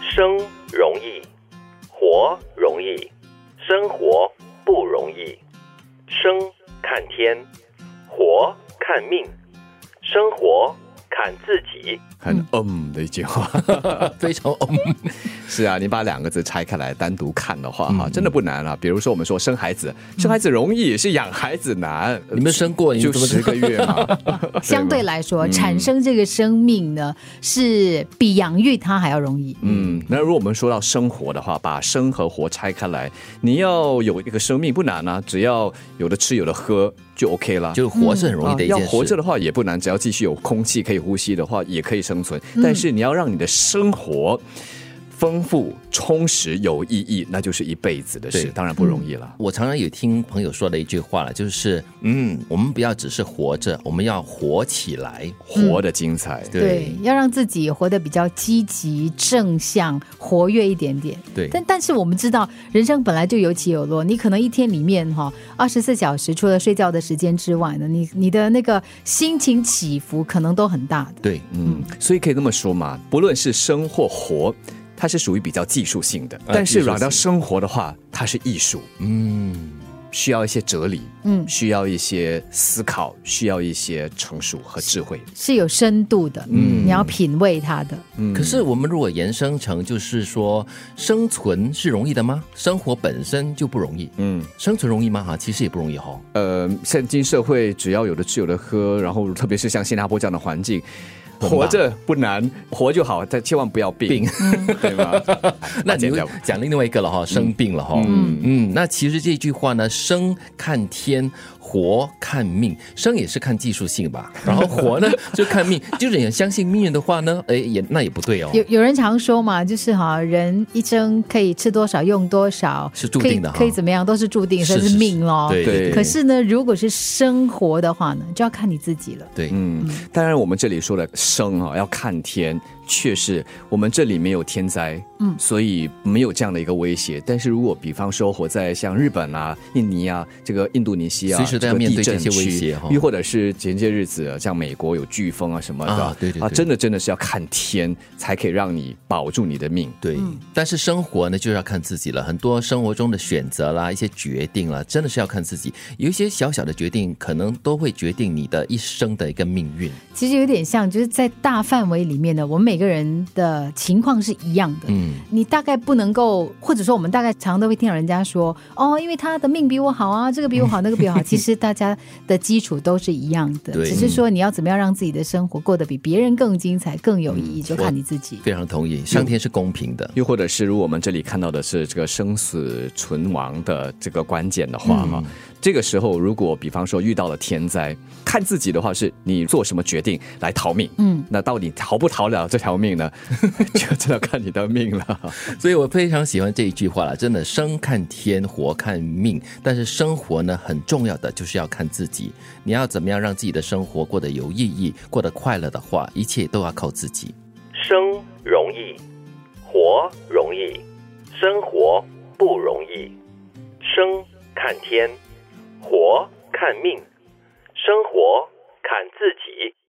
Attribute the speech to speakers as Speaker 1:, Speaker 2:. Speaker 1: 生容易，活容易，生活不容易。生看天，活看命，生活看自己。
Speaker 2: 很嗯的一句话，非常嗯。
Speaker 3: 是啊，你把两个字拆开来单独看的
Speaker 2: 嗯
Speaker 3: 话，哈、真的不难啊。比如说，我们说生孩子，生孩子容易，是养孩子难。
Speaker 2: 你们生过，你
Speaker 3: 就
Speaker 2: 们怎
Speaker 3: 十
Speaker 2: 么知道
Speaker 3: 个月嘛，
Speaker 4: 相对嗯来说，产生这个生命呢，是比养育它还要容易。
Speaker 3: 嗯，那如果我们说到生活的话，把生和活拆开来，你要有一个生命不难啊，只要有的吃有的喝就 OK 了。
Speaker 2: 就是活是很容易的一
Speaker 3: 啊
Speaker 2: 件
Speaker 3: 要
Speaker 2: 事。
Speaker 3: 活着的话也不难，只要继续有空气可以呼吸的话，也可以生存。但是你要让你的生活丰富、充实、有意义，那就是一辈子的事，
Speaker 2: 对
Speaker 3: 当然不容易了。
Speaker 2: 我常常有听朋友说的一句话了，就是嗯，我们不要只是活着，我们要活起来。
Speaker 3: 活的精彩，
Speaker 4: 对，要让自己活得比较积极、正向、活跃一点点。
Speaker 2: 对
Speaker 4: 但但是我们知道，人生本来就有起有落，你可能一天里面哈，二十四小时除了睡觉的时间之外呢，你你的那个心情起伏可能都很大的。
Speaker 2: 对，
Speaker 3: 嗯，所以可以这么说嘛，不论是生或活，它是属于比较啊技术性的；但
Speaker 2: 技
Speaker 3: 是
Speaker 2: 术性
Speaker 3: 软到生活的话，它是艺术。
Speaker 2: 嗯，
Speaker 3: 需要一些哲理，
Speaker 4: 嗯
Speaker 3: 需要一些思考，需要一些成熟和智慧。
Speaker 4: 是有深度的，嗯，你要品味它的。
Speaker 3: 嗯
Speaker 2: 可是我们如果延伸成，就是说生存是容易的吗？生活本身就不容易，
Speaker 3: 嗯，
Speaker 2: 生存容易吗？哈，其实也不容易哈。
Speaker 3: 呃，现今社会只要有的吃有的喝，然后特别是像新加坡这样的环境，
Speaker 2: 很忙
Speaker 3: 活着不难，活就好，但千万不要病， 对吧？
Speaker 2: 那你
Speaker 3: 剪
Speaker 2: 又
Speaker 3: 掉吧
Speaker 2: 讲另外一个了哈，生病了哈。嗯嗯，那其实这句话呢，生看天，活看命。生也是看技术性吧，然后活呢就看命。就是你相信命运的话呢，哎，也那也不对哦。
Speaker 4: 有有人常说嘛，就是哈，人一生可以吃多少用多少，
Speaker 2: 是注定的哈
Speaker 4: 可以可以怎么样都是注定，这
Speaker 2: 是
Speaker 4: 是命咯。
Speaker 2: 对
Speaker 3: 对
Speaker 4: 可是呢，如果是生活的话呢，就要看你自己了。
Speaker 2: 对，
Speaker 3: 嗯，当然我们这里说的生啊，要看天，确实我们这里没有天灾，嗯，所以没有这样的一个威胁。但是如果比方说活在像日本啊、印尼啊、这个印度尼西亚，
Speaker 2: 随时都要
Speaker 3: 个
Speaker 2: 面对
Speaker 3: 地震
Speaker 2: 这些威
Speaker 3: 区
Speaker 2: 胁哈
Speaker 3: 又或者是前些日子像美国有飓风啊什么的，
Speaker 2: 啊对对
Speaker 3: 啊，
Speaker 2: 对
Speaker 3: 真的真的是要看天才可以让你保住你的命。
Speaker 2: 对，但是生活呢，就是要看自己了。很多生活中的选择啦，一些决定啦，真的是要看自己。有一些小小的决定，可能都会决定你的一生的一个命运。
Speaker 4: 其实有点像，就是在大范围里面呢，我们每个人的情况是一样的。
Speaker 2: 嗯，
Speaker 4: 你大概不能够，或者说我们大概常都会听到人家说，哦，因为他的命比我好啊，这个 比我好，那个比我好。其实大家的基础都是一样的，
Speaker 2: 对
Speaker 4: 只是说你要怎么样让自己的生活过得比别人更精彩、更有意
Speaker 2: 嗯
Speaker 4: 义，就看你自己。
Speaker 2: 非常同意，上天是公平的。
Speaker 3: 又或者是如果我们这里看到的是这个生死存亡的这个关键的话哈、这个时候如果比方说遇到了天灾，看自己的话是你做什么决定来逃命，嗯，那到底逃不逃了这条命呢？ 就真的看你的命了。
Speaker 2: 所以我非常喜欢这一句话了，真的，生看天，活看命。但是生活呢，很重要的就是要看自己，你要怎么样让自己的生活过得有意义，过得快乐的话，一切都要靠自己。
Speaker 1: 生容易，活容易，生活不容易。生看天，活看命，生活看自己。